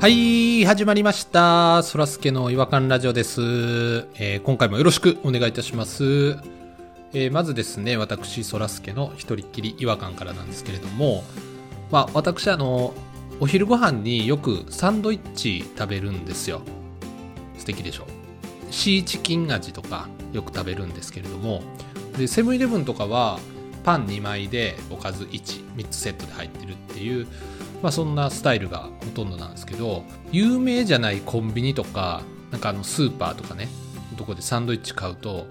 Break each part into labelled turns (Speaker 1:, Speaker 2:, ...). Speaker 1: はい、始まりました。そらすけの違和感ラジオです、えー今回もよろしくお願いいたします。えーまずですね、私、そらすけの一人っきり違和感からなんですけれども、まあ、私、あの、お昼ご飯によくサンドイッチ食べるんですよ。素敵でしょ。シーチキン味とかよく食べるんですけれども、で、セブンイレブンとかは、パン2枚でおかず1、3つセットで入ってるっていう、まあ、そんなスタイルがほとんどなんですけど有名じゃないコンビニとかなんかあのスーパーとかねどこでサンドイッチ買うと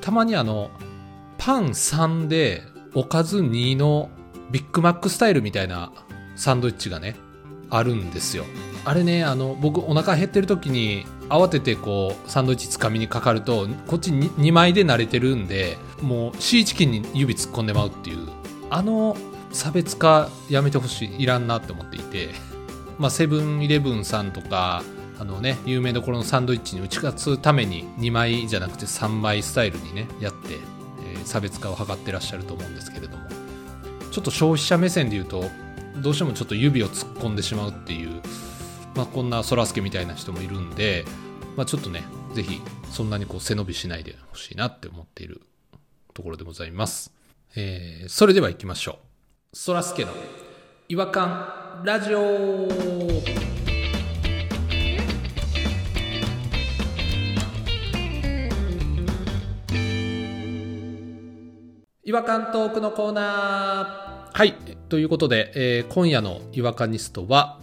Speaker 1: たまにあのパン3でおかず2のビッグマックスタイルみたいなサンドイッチがねあるんですよあれねあの僕お腹減ってる時に慌ててこうサンドイッチつかみにかかるとこっち 2, 枚で慣れてるんでもうシーチキンに指突っ込んでまうっていうあの差別化やめてほしいいらんなって思っていて まあセブンイレブンさんとかあのね有名どころのサンドイッチに打ち勝つために2枚じゃなくて3枚スタイルにねやって、えー差別化を図ってらっしゃると思うんですけれどもちょっと消費者目線で言うとどうしてもちょっと指を突っ込んでしまうっていう、まあ、こんなそらすけみたいな人もいるんで、まあ、ちょっとねぜひそんなにこう背伸びしないでほしいなって思っているところでございます、えーそれでは行きましょうそらすけの違和感ラジオ違和感トークのコーナーはいということで、えー今夜の違和感ニストは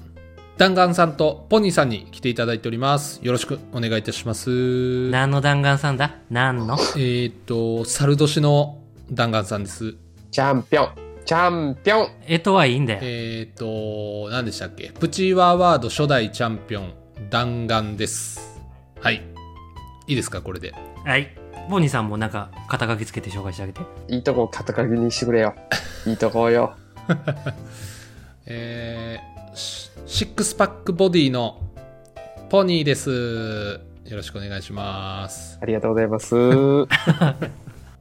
Speaker 1: 弾丸さんとポニーさんに来ていただいておりますよろしくお願いいたします
Speaker 2: 何の弾丸さんだ何の
Speaker 1: えーっと猿年の弾丸さんです
Speaker 3: チャンピオン、チャンピオン。
Speaker 2: えとはいいんだよ。
Speaker 1: えっ、と、何でしたっけプチワーワード初代チャンピオン、弾丸です。はい。いいですかこれで。
Speaker 2: はい。ボニーさんもなんか肩書きつけて紹介してあげて。
Speaker 3: いいとこを肩書きにして くれよ。いいとこよ。
Speaker 1: えーシシックスパックボディのポニーです。よろしくお願いします。
Speaker 3: ありがとうござ います。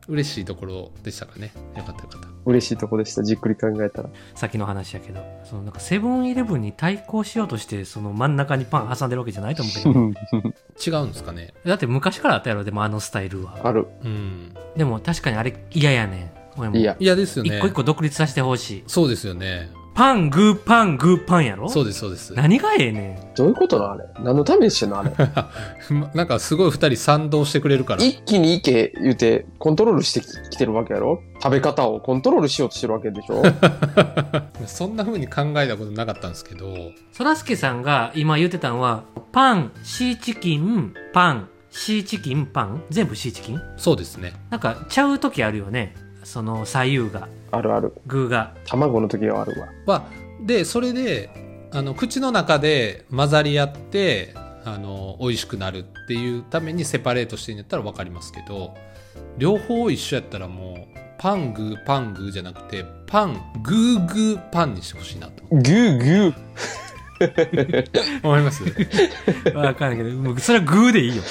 Speaker 1: 嬉しいところでしたかね。よかったよかった。
Speaker 3: 嬉しいとこでした。じっくり考えたら。
Speaker 2: 先の話やけど。そのなんかセブンイレブンに対抗しようとして、その真ん中にパン挟んでるわけじゃないと思うけど。
Speaker 1: 違うんですかね
Speaker 2: だって昔からあったやろ、でもあのスタイルは。
Speaker 3: ある。
Speaker 1: うん。
Speaker 2: でも確かにあれ嫌やねん。俺も。
Speaker 3: いや。
Speaker 1: いやですよね。
Speaker 2: 一個一個独立させてほしい。
Speaker 1: そうですよね。
Speaker 2: パン、グーパン、グーパンやろ
Speaker 1: そうですそうです。
Speaker 2: 何がええね
Speaker 3: どういうことなのあれ。何のためにしてん のあれ。
Speaker 1: なんかすごい二人賛同してくれるから。
Speaker 3: 一気にいけ言うて、コントロールしてきてるわけやろ食べ方をコントロールしようとしてるわけでし ょ
Speaker 1: そんな風に考えたことなかったんですけど、
Speaker 2: ん。そらすけさんが今言ってたんは、パン、シーチキン、パン、シーチキン、パン全部シーチキン
Speaker 1: そうですね。
Speaker 2: なんかちゃう時あるよねその左右が
Speaker 3: あるある。
Speaker 2: 具が
Speaker 3: 卵の時はあるわ。
Speaker 1: はでそれであの口の中で混ざり合ってあの美味しくなるっていうためにセパレートしてんやったら分かりますけど両方一緒やったらもうパングーパングーじゃなくてパングーグーパンにしてほしいなと
Speaker 3: ギューギュー。
Speaker 1: 思 います
Speaker 2: わかんないけどもうそれは具でいいよ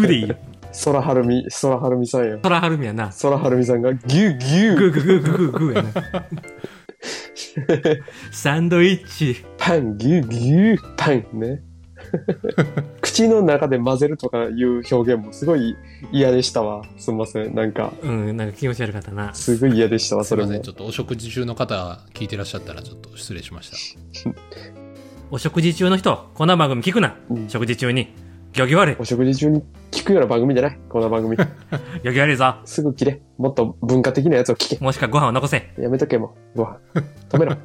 Speaker 2: 具でいいよ
Speaker 3: 空はるみ、空はるみさんや。
Speaker 2: 空はるみやな
Speaker 3: 空はるみさんがギューギュー。
Speaker 2: グーグーグーグーグーやなサンドイッチ
Speaker 3: パンギューギューパ ンね口の中で混ぜるとかいう表現もすごい嫌でしたわすみませんなんか
Speaker 2: うんなんか気持ち悪かったな
Speaker 3: すごい嫌でしたわ
Speaker 1: す
Speaker 3: そ
Speaker 1: い
Speaker 3: れ
Speaker 1: ま
Speaker 3: も
Speaker 1: せんちょっとお食事中の方聞いてらっしゃったらちょっと失礼しました
Speaker 2: お食事中の人こんな番組聞くな、
Speaker 3: うん
Speaker 2: 食事中に行儀悪い
Speaker 3: お食事中に聞くような番組じゃないこの 番組
Speaker 2: 行儀悪いぞ
Speaker 3: すぐ切れもっと文化的なやつを聞
Speaker 2: もしくはご飯を残せ
Speaker 3: けやめとけもうご飯止 めろ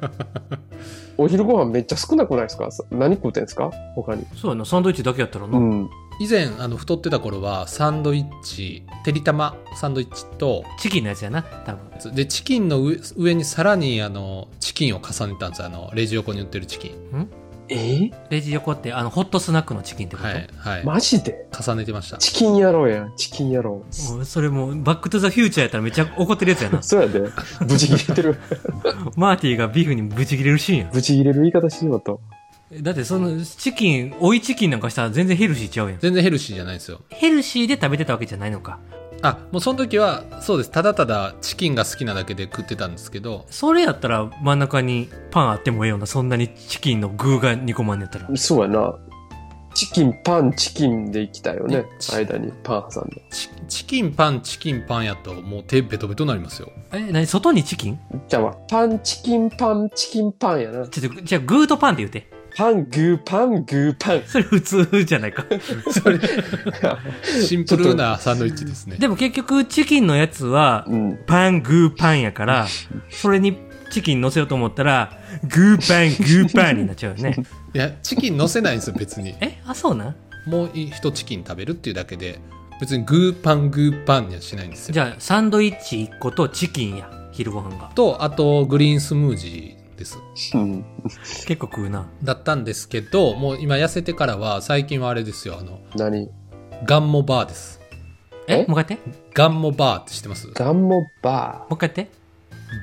Speaker 3: お昼ご飯めっちゃ少なくないですかそ何食うてんすか他に
Speaker 2: そうやなサンドイッチだけやったらな、
Speaker 3: うん
Speaker 1: 以前あの太ってた頃はサンドイッチてりたまサンドイッチと
Speaker 2: チキンのやつやな多分
Speaker 1: でチキンの上上にさらにあのチキンを重ねたんですあのレジ横に売ってるチキン
Speaker 3: えー、
Speaker 2: レジ横ってあのホットスナックのチキンってこと、
Speaker 1: はいはい、
Speaker 3: マジで
Speaker 1: 重ねてました
Speaker 3: チキン野郎やんチキン野郎
Speaker 2: もうそれもうバックトゥザフューチャーやったらめっちゃ怒ってるやつやな
Speaker 3: そうやでブチ切れ てる
Speaker 2: マーティがビーフにブチ切れるシーン
Speaker 3: ブチ切れる言い方しようと
Speaker 2: やだってそのチキン追いチキンなんかしたら全然ヘルシーちゃうやん
Speaker 1: 全然ヘルシーじゃないんですよ
Speaker 2: ヘルシーで食べてたわけじゃないのか
Speaker 1: あもうその時はそうですただただチキンが好きなだけで食ってたんですけど
Speaker 2: それやったら真ん中にパンあってもええようなそんなにチキンの具が煮込まんねやったら
Speaker 3: そうやな。チキン、パン、チキンで行きたいよね
Speaker 1: ね。チ
Speaker 3: 間にパン挟んで。
Speaker 1: チチキンパンチキンパンやともう手ベトベトになりますよ
Speaker 2: え何外にチキン
Speaker 3: じゃあまあ、パン、チキン、パン、チキン、パンやな。
Speaker 2: ちょっとじゃあグーとパンって言うて
Speaker 3: パン、グー、パン、グー、パン。
Speaker 2: それ普通じゃないか
Speaker 1: それシンプルなサンドイッチですね
Speaker 2: でも結局チキンのやつは
Speaker 3: うん。
Speaker 2: パングーパンやからそれにチキン乗せようと思ったらグーパングーパンになっちゃうよ ね
Speaker 1: いやチキン乗せないんですよ別に
Speaker 2: えあそうなん
Speaker 1: もう一チキン食べるっていうだけで別にグーパングーパンにはしないんですよ
Speaker 2: じゃあサンドイッチ1個とチキンや昼ご飯が
Speaker 1: とあとグリーンスムージーです
Speaker 3: うん。
Speaker 2: 結構食うな
Speaker 1: だったんですけどもう今痩せてからは最近はあれですよあの
Speaker 3: 何
Speaker 1: ガンモバーです
Speaker 2: え
Speaker 3: え
Speaker 2: もう一回やっても
Speaker 1: ガンモバーって知ってます
Speaker 3: ガンモバ
Speaker 2: う一回やって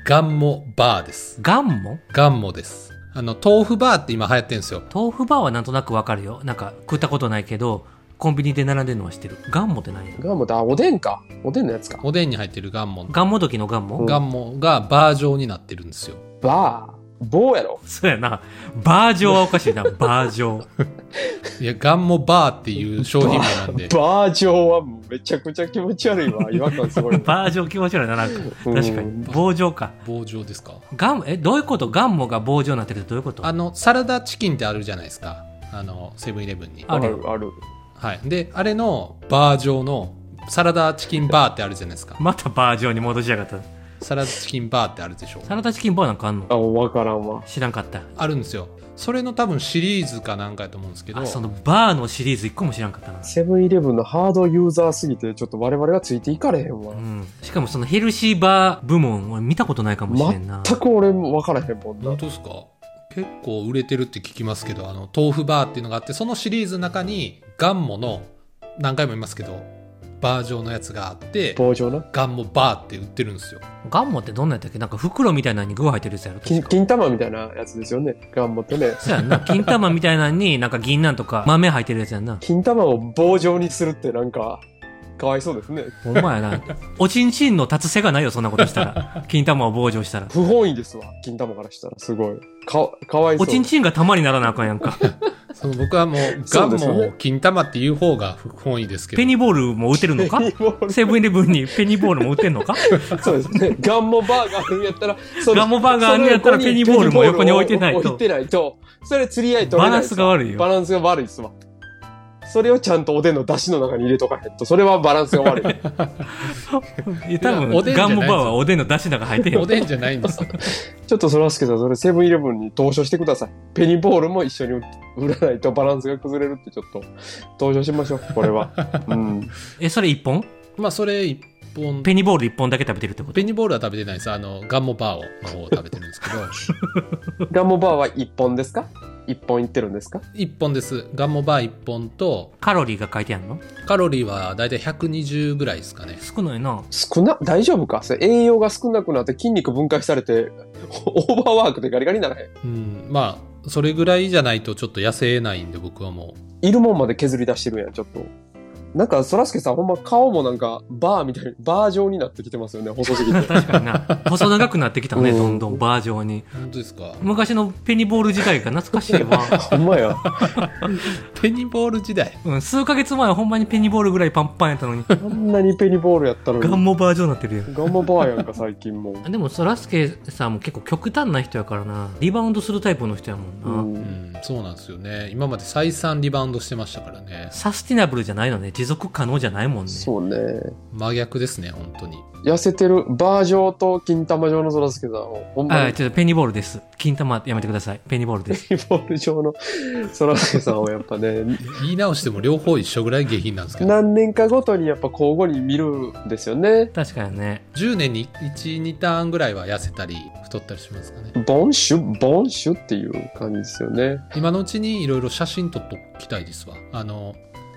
Speaker 1: ガンモバーです
Speaker 2: ガンも
Speaker 1: ガンモですあの豆腐バーって今流行ってるんですよ
Speaker 2: 豆腐バーはなんとなくわかるよなんか食ったことないけどコンビニで並んでるのは知ってるガンモって何や
Speaker 3: ー。ガンモだ。あおでんか。おでんのやつか。
Speaker 1: おでんに入ってるガンモ
Speaker 2: ガンモ時のガンモ、
Speaker 3: うん
Speaker 1: ガンモがバー状になってるんですよ
Speaker 3: バー。棒やろ。
Speaker 2: そうやなバージョンはおかしいなバージョン。
Speaker 1: いやガンモバーっていう商品名なんで
Speaker 3: バージョンはもうめちゃくちゃ気持ち悪いわ。違和感すご い
Speaker 2: バージョン気持ち悪いななんか
Speaker 3: うん
Speaker 2: 確かに棒状か
Speaker 1: 棒状ですか
Speaker 2: ガンモえどういうことガンモが棒状になってるってどういうこと
Speaker 1: あのサラダチキンってあるじゃないですかあのセブンイレブンに
Speaker 2: あ
Speaker 3: あ
Speaker 2: る
Speaker 3: るある。
Speaker 1: はいであれのバー状のサラダチキンバーってあるじゃないですか
Speaker 2: またバージョンに戻しやがった
Speaker 1: サラダチキンバーってあるでしょ
Speaker 2: サラダチキンバーなんかあんの
Speaker 3: あ、わからんわ。
Speaker 2: 知らんかった
Speaker 1: あるんですよそれの多分シリーズかなんかやと思うんですけど
Speaker 2: あそのバーのシリーズ1個も知らんかったな
Speaker 3: セブンイレブンのハードユーザーすぎて、ちょっと我々がついていかれへんわ
Speaker 2: う。ん、しかもそのヘルシーバー部門俺見たことないかもしれんな
Speaker 3: 全く俺もわからへんもんな
Speaker 1: 本。当ですか結構売れてるって聞きますけどあの豆腐バーっていうのがあってそのシリーズの中にガンモの何回も言いますけどバー状のやつがあって
Speaker 3: 棒状な。
Speaker 1: ガンモバーって売ってるんですよ
Speaker 2: ガンモってどんなんやったっけなんか袋みたいなのに具入ってるやつやろ確
Speaker 3: 金
Speaker 2: か
Speaker 3: 金玉みたいなやつですよね。頑張ってね。
Speaker 2: そう やんな金玉みたいなのになんか銀杏とか豆入ってるやつやんな
Speaker 3: 金玉を棒状にするってなんか、かわいそうですね。
Speaker 2: ほんま やなおちんちんの立つ瀬がないよそんなことしたら金玉を傍聴したら
Speaker 3: 不本意ですわ。金玉からしたら。すごい。か、かわいそう。
Speaker 2: おちんちんが玉にならなあかんや んか
Speaker 1: その僕はもうガ
Speaker 3: そう
Speaker 1: ン
Speaker 3: ですよ
Speaker 1: モ
Speaker 3: ね
Speaker 1: を金玉っていう方が不本意ですけ
Speaker 2: ペ
Speaker 1: ど
Speaker 2: ニボールも打てるのか
Speaker 3: ペニボール
Speaker 2: セブンイレブンにペニボールも打てんのか
Speaker 3: そうですね。ガンモバーガーあるんやったら、その
Speaker 2: ガンモバーガーあるんやったら
Speaker 3: その横に
Speaker 2: ペニボールも横に置いてないと
Speaker 3: 置いてないと、それ釣り合い取れないですわ
Speaker 2: バランスが悪いよ
Speaker 3: バランスが悪いですわ。それをちゃんとおでんの出汁の中に入れとかへんと、それはバランスが悪い。
Speaker 2: いや
Speaker 1: い
Speaker 2: 多
Speaker 1: やお
Speaker 2: 分
Speaker 1: でんじゃ
Speaker 2: ガ
Speaker 1: ない
Speaker 2: ンモバーはおでんの出汁なんか入ってへん
Speaker 1: お
Speaker 2: よ
Speaker 1: でんじゃないんですよ
Speaker 3: ちょっとそらすけさん、それセブンイレブンに投書してください。ペニボールも一緒に売らないとバランスが崩れるってちょっと、投書しましょう、これは。うん。
Speaker 2: えそれ1本
Speaker 1: まあそれ一本
Speaker 2: ペニボール1本だけ食べてるってこと
Speaker 1: ペニボールは食べてないですあのガンモバーをの方を食べてるんですけど
Speaker 3: ガンモバーは一本ですか一本いってるんですか
Speaker 1: 一本ですガンモバー一本と
Speaker 2: カロリーが書いてあるの
Speaker 1: カロリーはだいたい120ぐらいですかね
Speaker 2: 少ないな
Speaker 3: 少な、大丈夫かそれ栄養が少なくなって筋肉分解されて、オーバーワークでガリガリにならへん。
Speaker 1: うんまあそれぐらいじゃないとちょっと痩せないんで僕はもう
Speaker 3: いるもんまで削り出してるやん、ちょっと。なんか、そらすけさん、ほんま顔もなんか、バーみたいに、バー状になってきてますよね、細すぎて。
Speaker 2: 確かにな細長くなってきたね
Speaker 3: うん
Speaker 2: どんどんバージョンに
Speaker 1: 本当ですか
Speaker 2: 昔のペニボール時代が懐かしいわ、
Speaker 3: ほんまや。
Speaker 1: ペニボール時代
Speaker 2: うん、数ヶ月前はほんまにペニボールぐらいパンパンやったのに
Speaker 3: あんなにペニボールやったの
Speaker 2: ガ
Speaker 3: に。
Speaker 2: ンモバージョンになってるや
Speaker 3: ガンモバーやんか、最近もう。
Speaker 2: んでもそらすけさんも結構極端な人やからなリバウンドするタイプの人やもんな、
Speaker 3: うん
Speaker 1: うんそうなんですよね今まで再三リバウンドしてましたからね
Speaker 2: サスティナブルじゃないのね持続可能じゃないもんね
Speaker 3: そうね。
Speaker 1: 真逆ですね本当に
Speaker 3: 痩せてるバー状と金玉状のそらすけさんを、ほんま
Speaker 2: あ
Speaker 3: に
Speaker 2: ちょっとペニボールです金玉やめてくださいペニボール です
Speaker 3: ペニボール状のそらすけさんをやっぱね、
Speaker 1: 言い直しても両方一緒ぐらい下品なんですけど
Speaker 3: 何年かごとにやっぱ交互に見るんですよね。
Speaker 2: 確かにね
Speaker 1: 10年に12ターンぐらいは痩せたり太ったりしますかね
Speaker 3: ボンシュ、ボンシュっていう感じですよね。
Speaker 1: 今のうちにいろいろ写真撮っときたいですわあの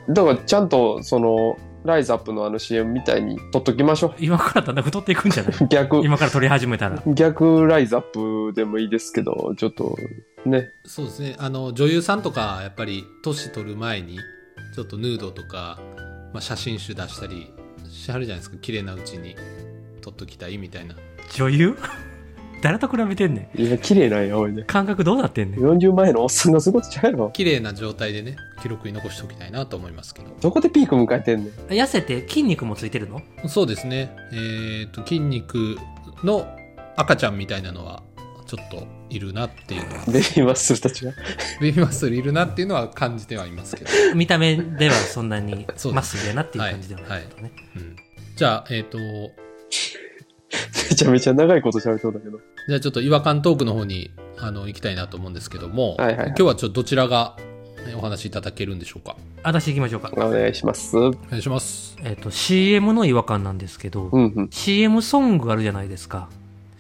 Speaker 3: だからちゃんとその、ライズアップのあの CM みたいに撮っときましょ。
Speaker 2: 今からだんだん太っていくんじゃないう
Speaker 3: 逆、
Speaker 2: 今から取り始めたら
Speaker 3: 逆ライズアップでもいいですけど、ちょっとね、
Speaker 1: そうですねあの女優さんとかやっぱり年取る前にちょっとヌードとか、まあ、写真集出したりしはるじゃないですか綺麗なうちに取っときたいみたいな
Speaker 2: 女優 誰と比べてんねん
Speaker 3: いや、綺麗なんや、おいね。
Speaker 2: 感覚どうなってんねん
Speaker 3: 40前のおっさんがすごいちゃうやろ。
Speaker 1: 綺麗な状態でね記録に残しておきたいなと思いますけど
Speaker 3: どこでピーク迎えてんねん。
Speaker 2: 痩せて筋肉もついてるの
Speaker 1: そうですねえー、と筋肉の赤ちゃんみたいなのはちょっといるなっていうのは
Speaker 3: ベビーマッスルたちが。
Speaker 1: ベビーマッスルいるなっていうのは感じてはいますけど、
Speaker 2: 見た目ではそんなに
Speaker 1: そう
Speaker 2: まっすぐやなっていう感じではない
Speaker 1: はい
Speaker 2: けどね、
Speaker 1: うん、じゃあえっ、と
Speaker 3: めちゃめちゃ長いこと喋ってるんだけど。
Speaker 1: じゃあちょっと違和感トークの方にあの行きたいなと思うんですけども、
Speaker 3: はいはいはい
Speaker 1: 今日はちょっとどちらがえお話しいただけるんでしょうか
Speaker 2: 私行きましょうか
Speaker 3: お願いします。うん
Speaker 1: お願いします
Speaker 2: えっ、と CM の違和感なんですけど、
Speaker 3: うん。
Speaker 2: CM ソングあるじゃないですか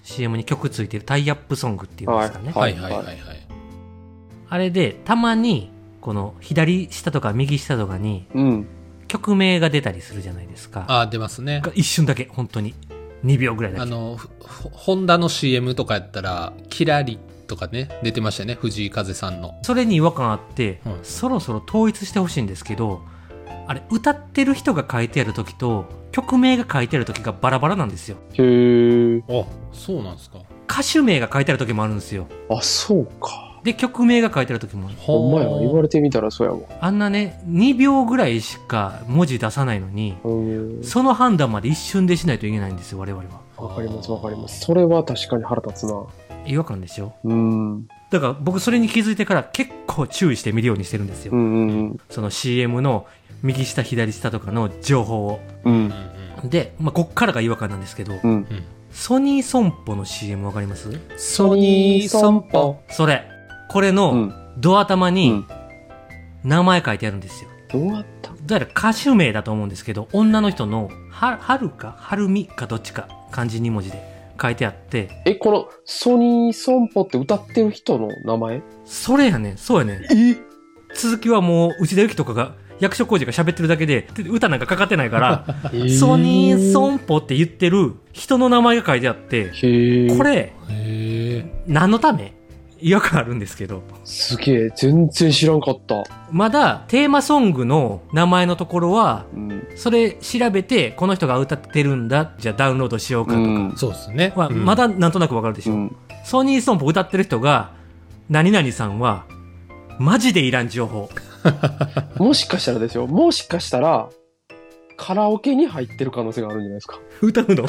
Speaker 2: CM に曲ついてるタイアップソングっていうんですかね、
Speaker 1: は
Speaker 3: はいい
Speaker 1: はいはいはい
Speaker 2: あれでたまにこの左下とか右下とかに
Speaker 3: うん。
Speaker 2: 曲名が出たりするじゃないですか
Speaker 1: ああ出ますね
Speaker 2: が一瞬だけ本当に2秒ぐらい
Speaker 1: あ
Speaker 2: だけ
Speaker 1: のふほホンダの CM とかやったらキラリとかね出てましたよね藤井風さんの
Speaker 2: それに違和感あって、
Speaker 1: うん
Speaker 2: そろそろ統一してほしいんですけどあれ歌ってる人が書いてある時と曲名が書いてある時がバラバラなんですよ
Speaker 3: へー。
Speaker 1: あそうなんですか
Speaker 2: 歌手名が書いてある時もあるんですよ
Speaker 3: あ、そうか。
Speaker 2: で曲名が書いてある時もある
Speaker 3: ほんまや
Speaker 1: は
Speaker 3: わ。
Speaker 1: ー
Speaker 3: 言われてみたらそうやわ。
Speaker 2: あんなね2秒ぐらいしか文字出さないのに
Speaker 3: うん。
Speaker 2: その判断まで一瞬でしないといけないんですよ我々は
Speaker 3: わかります、わかります。それは確かに腹立つな。
Speaker 2: 違和感でしょ
Speaker 3: うん。うん
Speaker 2: だから僕それに気づいてから結構注意して見るようにしてるんですよ、
Speaker 3: うん
Speaker 2: その CM の右下左下とかの情報を
Speaker 3: うん。う
Speaker 1: うん
Speaker 3: ん。
Speaker 2: で、まあ、こっからが違和感なんですけど、
Speaker 3: うん。
Speaker 1: うんうん
Speaker 2: ソニーソンポの CM わかります
Speaker 1: ソニー散歩
Speaker 2: それこれ
Speaker 3: う
Speaker 2: の
Speaker 3: ん。
Speaker 2: ド頭
Speaker 3: う
Speaker 2: に
Speaker 3: ん
Speaker 2: 名前書いてあるんですよ
Speaker 3: どうやった
Speaker 2: だから歌手名だと思うんですけど女の人のははるかはるみかどっちか漢字2文字で書いてあって
Speaker 3: え、このソニーソンポって歌ってる人の名前
Speaker 2: それやねんそうやねん
Speaker 3: え
Speaker 2: 続きはもう内田有紀とかが役所工事が喋ってるだけでで歌なんかかかってないから ソニーソンポって言ってる人の名前が書いてあって
Speaker 3: へえ。
Speaker 2: これ
Speaker 1: へえ
Speaker 2: 何のため違和感あるんですけど
Speaker 3: すげえ。全然知らんかった。
Speaker 2: まだテーマソングの名前のところは
Speaker 3: うん。
Speaker 2: それ調べてこの人が歌ってるんだじゃあダウンロードしようか
Speaker 3: う
Speaker 2: とか
Speaker 3: ん。
Speaker 1: そうですね、
Speaker 2: は
Speaker 1: うん
Speaker 2: まだなんとなくわかるでし
Speaker 3: う
Speaker 2: ょ、
Speaker 3: ん。
Speaker 2: ソニーソンポ歌ってる人が何々さんはマジでいらん情報
Speaker 3: もしかしたらですよ。もしかしたら、カラオケに入ってる可能性があるんじゃないですか。
Speaker 2: 歌うの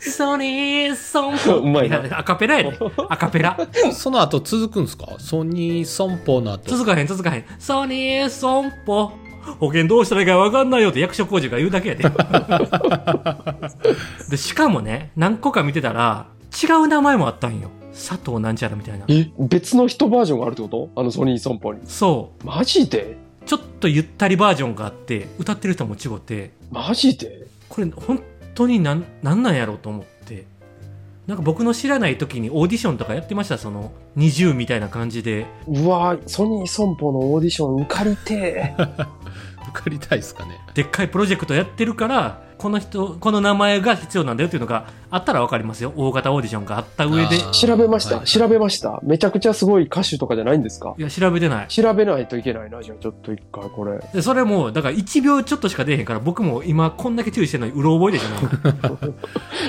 Speaker 2: ソニーソンポ
Speaker 3: うまいな
Speaker 2: やアカペラやでアカペラ
Speaker 1: その後続くんですかソニー散歩の後
Speaker 2: 続かへん続かへんソニーソンポ保険どうしたらいいかわかんないよって役所工事が言うだけ やででしかもね何個か見てたら違う名前もあったんよ佐藤なんちゃらみたいな
Speaker 3: え別の人バージョンがあるってことあのソニーソンポに。
Speaker 2: そう
Speaker 3: マジで
Speaker 2: ちょっとゆったりバージョンがあって歌ってる人も違って
Speaker 3: マジで
Speaker 2: これ本当になんなんなんやろうと思ってなんか僕の知らない時にオーディションとかやってましたその20みたいな感じで
Speaker 3: うわーソニーソンポのオーディション受かりてえ
Speaker 1: 受かりたいですかね
Speaker 2: でっかいプロジェクトやってるからこの人この名前が必要なんだよっていうのがあったら分かりますよ大型オーディションがあった上で
Speaker 1: あー
Speaker 3: 調べました、
Speaker 1: はい
Speaker 3: 調べましためちゃくちゃすごい歌手とかじゃないんですか
Speaker 2: いや調べてない
Speaker 3: 調べないといけないなじゃあちょっと一回これ
Speaker 2: でそれもだから1秒ちょっとしか出えへんから僕も今こんだけ注意してるのにうろ覚えでしょなんか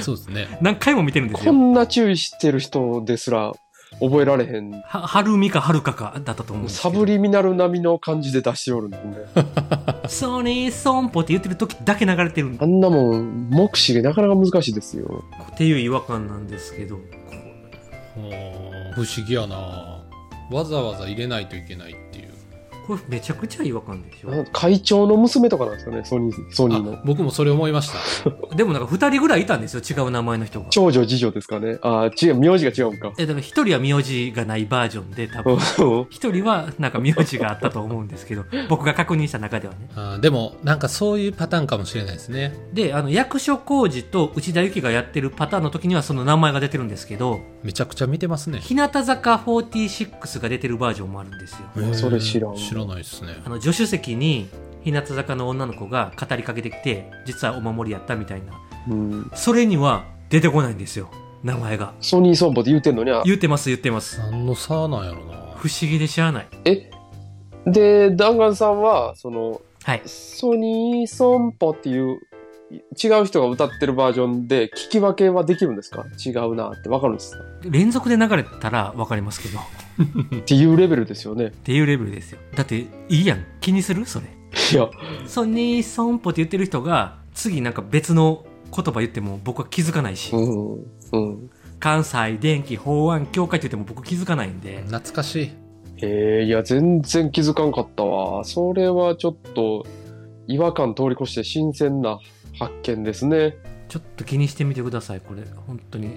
Speaker 1: そうですね
Speaker 2: 何回も見てるんです
Speaker 3: こ
Speaker 2: よ
Speaker 3: んな注意してる人ですら覚えられへん
Speaker 2: ははるみかはるかかだったと思うんですけ
Speaker 3: サ
Speaker 2: ど
Speaker 3: ブリミナル並みの感じで出しておるんだよね
Speaker 2: ソニーソンポって言ってる時だけ流れてるんだ
Speaker 3: あんなもん目視がなかなか難しいですよ
Speaker 2: っていう違和感なんですけど
Speaker 1: おー不思議やなわざわざ入れないといけないっていう
Speaker 2: これめちゃくちゃ違和感でしょ
Speaker 3: なんか会長の娘とかなんですかねソニーソニーの
Speaker 1: あ僕もそれ思いました
Speaker 2: でもなんか2人ぐらいいたんですよ違う名前の人が
Speaker 3: 長女次女ですかねあー違う名字が違うんか
Speaker 2: えだから1人は名字がないバージョンで多分一人はなんか名字があったと思うんですけ ど僕が確認した中ではね
Speaker 1: あーでもなんかそういうパターンかもしれないですね
Speaker 2: であの役所広司と内田有紀がやってるパターンの時にはその名前が出てるんですけど
Speaker 1: めちゃくちゃ見てますね
Speaker 2: 日向坂46が出てるバージョンもあるんですよ
Speaker 3: わそれ知らん
Speaker 1: 知らないですね
Speaker 2: あの助手席に日向坂の女の子が語りかけてきて実はお守りやったみたいな
Speaker 3: うん
Speaker 2: それには出てこないんですよ名前が
Speaker 3: ソニーソンポって言うてんのにあ
Speaker 2: 言ってます言ってます
Speaker 1: 何の差なんやろな
Speaker 2: 不思議でしゃあない
Speaker 3: で弾丸さんはその
Speaker 2: はい。
Speaker 3: ソニーソンポっていう違う人が歌ってるバージョンで聞き分けはできるんですか違うなってわかるんですか
Speaker 2: 連続で流れたらわかりますけど、っ
Speaker 3: っていうレベルですよね。
Speaker 2: ていうレベルですよ。だって、いいやん。気にするそれ。
Speaker 3: いや、
Speaker 2: ソニーソンポって言ってる人が、次なんか別の言葉言っても僕は気づかないし、
Speaker 3: うん、うん。
Speaker 2: 関西電気法案協会って言っても僕気づかないんで、
Speaker 1: 懐かしい。
Speaker 3: えー、いや、全然気づかんかったわ。それはちょっと違和感通り越して新鮮な発見ですね。
Speaker 2: ちょっと気にしてみてください、これ。本当に。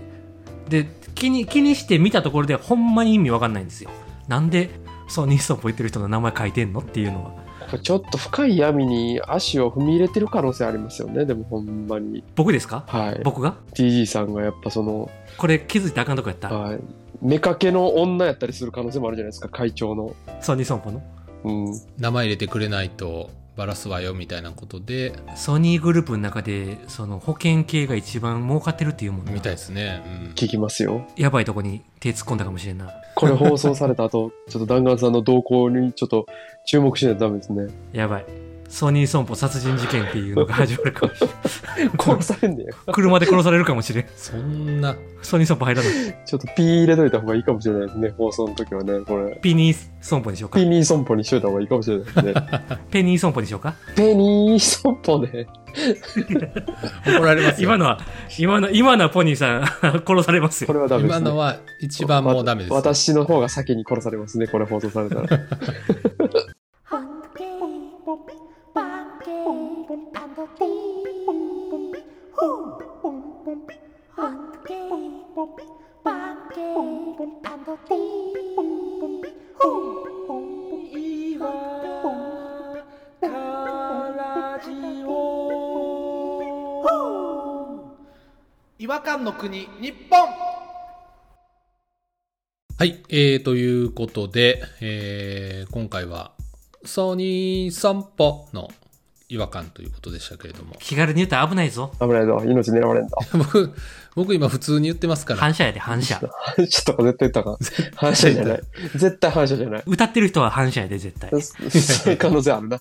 Speaker 2: で、気に、気にして見たところで、ほんまに意味わかんないんですよ。なんで、ソニーソンポ言ってる人の名前書いてんのっていうのは。
Speaker 3: これちょっと深い闇に足を踏み入れてる可能性ありますよね。でもほんまに。
Speaker 2: 僕ですか
Speaker 3: はい。
Speaker 2: 僕が
Speaker 3: TG さんがやっぱその、
Speaker 2: これ気づいたらあかんとこやった。
Speaker 3: はい。目かけの女やったりする可能性もあるじゃないですか、会長の。
Speaker 2: ソニーソンポの。
Speaker 3: うん。
Speaker 1: 名前入れてくれないとバラすわよみたいなことで、
Speaker 2: ソニーグループの中で、その保険系が一番儲かってるっていうもんな
Speaker 1: みたいですね。うん
Speaker 3: 聞きますよ。
Speaker 2: やばいとこに手突っ込んだかもしれんな。
Speaker 3: これ放送された後、 ちょっと弾丸さんの動向にちょっと注目しないとダメですね。
Speaker 2: やばい。ソニーソンポ殺人事件っていうのが始まるかもしれん。
Speaker 3: 殺されんねよ。
Speaker 2: 車で殺されるかもしれん。
Speaker 1: そんな、
Speaker 2: ソニーソンポ入らない。
Speaker 3: ちょっとピー入れといた方がいいかもしれないですね、放送の時はね。これ。
Speaker 2: ピニーソンポにしようか
Speaker 3: ペ。ニーソンポにしといた方がいいかもしれないです ね。
Speaker 2: ペニーソンポにしようか。
Speaker 3: ペニーソンポね。
Speaker 1: 怒られます よ。
Speaker 2: 今のは、今の、今のはポニーさん、 殺されます
Speaker 3: こ
Speaker 2: よ。
Speaker 3: れはダメです、ね。
Speaker 1: 今のは一番もうダメです。
Speaker 3: わ私の方が先に殺されますね、これ放送された ら。
Speaker 4: Home.
Speaker 5: 違和感の国日本
Speaker 1: はい、えー、ということで、えー、今回は、ソニー散歩の違和感ということでしたけれども。
Speaker 2: 気軽に言ったら危ないぞ。
Speaker 3: 危ないぞ、 命狙われんだ。
Speaker 1: 僕、僕今普通に言ってますから。
Speaker 2: 反射やで、反射。
Speaker 3: 反射とか絶対言ったか。反射じゃない。絶対反射じゃ ない。
Speaker 2: 歌ってる人は反射やで、絶対。
Speaker 3: そういう可能性あるな。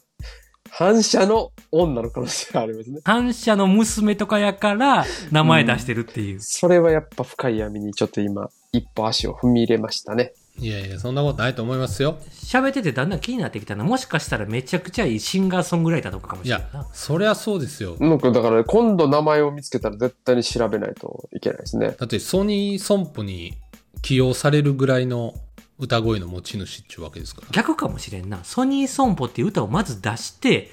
Speaker 3: 反射の女の可能性ありますね。
Speaker 2: 反射の娘とかやから、名前出してるっていう。
Speaker 3: それはやっぱ深い闇にちょっと今、一歩足を踏み入れましたね。
Speaker 1: いやいや、そんなことないと思いますよ。
Speaker 2: 喋、っててだんだん気になってきたな。もしかしたらめちゃくちゃいいシンガーソングライターとかかも
Speaker 1: い
Speaker 2: しれん
Speaker 1: や
Speaker 2: ない。、
Speaker 1: そりゃそうですよ。
Speaker 3: なんかだから今度名前を見つけたら絶対に調べないといけないですね。
Speaker 1: だってソニー損保に起用されるぐらいの歌声の持ち主っていうわけですから。
Speaker 2: 逆かもしれんな。ソニーソンポっていう歌をまず出して、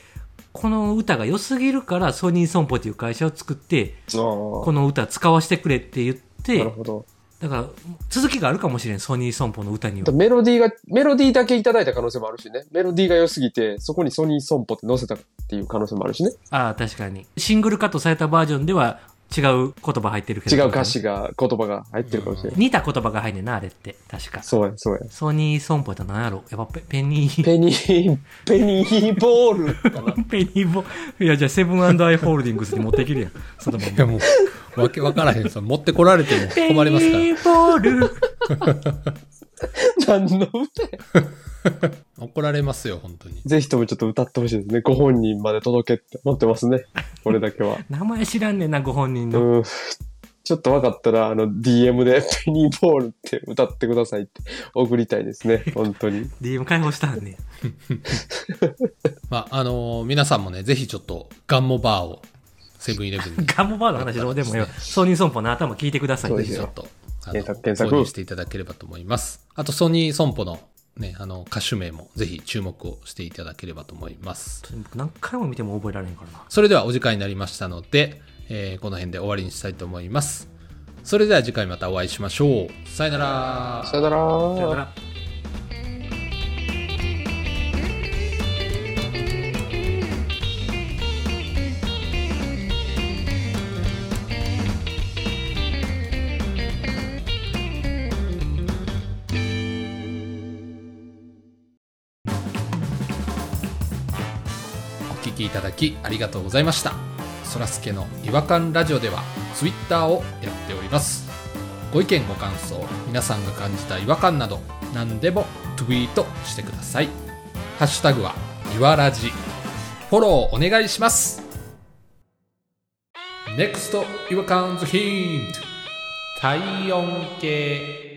Speaker 2: この歌が良すぎるからソニーソンポっていう会社を作って、
Speaker 3: ああ
Speaker 2: この歌使わせてくれって言っ
Speaker 3: な
Speaker 2: て
Speaker 3: る、ほど。
Speaker 2: だから続きがあるかもしれん、ソニーソンポの歌には
Speaker 3: で。メロディーが、メロディーだけいただいた可能性もあるしね。メロディーが良すぎて、そこにソニーソンポって載せたっていう可能性もあるしね。
Speaker 2: ああ、確かに。シングルカットされたバージョンでは違う言葉入ってるけ
Speaker 3: 違
Speaker 2: ど。
Speaker 3: う歌詞が、言葉が入ってるかもしれない。
Speaker 2: 似た言葉が入んねんな、あれって。確か。
Speaker 3: そうや、そうや。
Speaker 2: ソニーソンポやったら何やろやっぱペペニー。
Speaker 3: ペニー、ペニーボールか な。
Speaker 2: ペニーボ。いや、じゃあ、セブンアイ・ホールディングスに持ってきるやん。そのま
Speaker 1: い
Speaker 2: ま。
Speaker 1: やもう、わけわからへん。その持ってこられて も困りますから
Speaker 2: ペ。ニーボール。
Speaker 3: 何の歌や
Speaker 1: 怒られますよ、本当に。
Speaker 3: ぜひともちょっと歌ってほしいですね。ご本人まで届けって思ってますね。これだけは。
Speaker 2: 名前知らんねんな、ご本人の。
Speaker 3: うん。ちょっと分かったら、あの、DM でペニーボールって歌ってくださいって送りたいですね。本当に。
Speaker 2: DM 解放したんね。
Speaker 1: まあ、あのー皆さんもね、ぜひちょっとガンモバーをセブンイレブンに。
Speaker 2: ガムバーの話どうでもよ。ソニーソンポの頭聞いてください。
Speaker 3: そ
Speaker 1: ぜ
Speaker 3: うで
Speaker 1: ひ
Speaker 3: す
Speaker 1: ちょ
Speaker 3: よ
Speaker 1: っと、あの、
Speaker 3: 検索検索
Speaker 1: 購入していただければと思います。あと、ソニー損保のね、あの、歌手名もぜひ注目をしていただければと思います。
Speaker 2: 何回も見ても覚えられんからな。
Speaker 1: それではお時間になりましたので、えーこの辺で終わりにしたいと思います。それでは次回またお会いしましょう。さよなら
Speaker 3: さよなら
Speaker 2: さよなら。
Speaker 1: お聞きいただきありがとうございましたそらすけの違和感ラジオではツイッターをやっておりますご意見ご感想皆さんが感じた違和感など何でもツイートしてくださいハッシュタグは、いわらじ。フフォローお願いします NEXT 違和感ズヒント体温計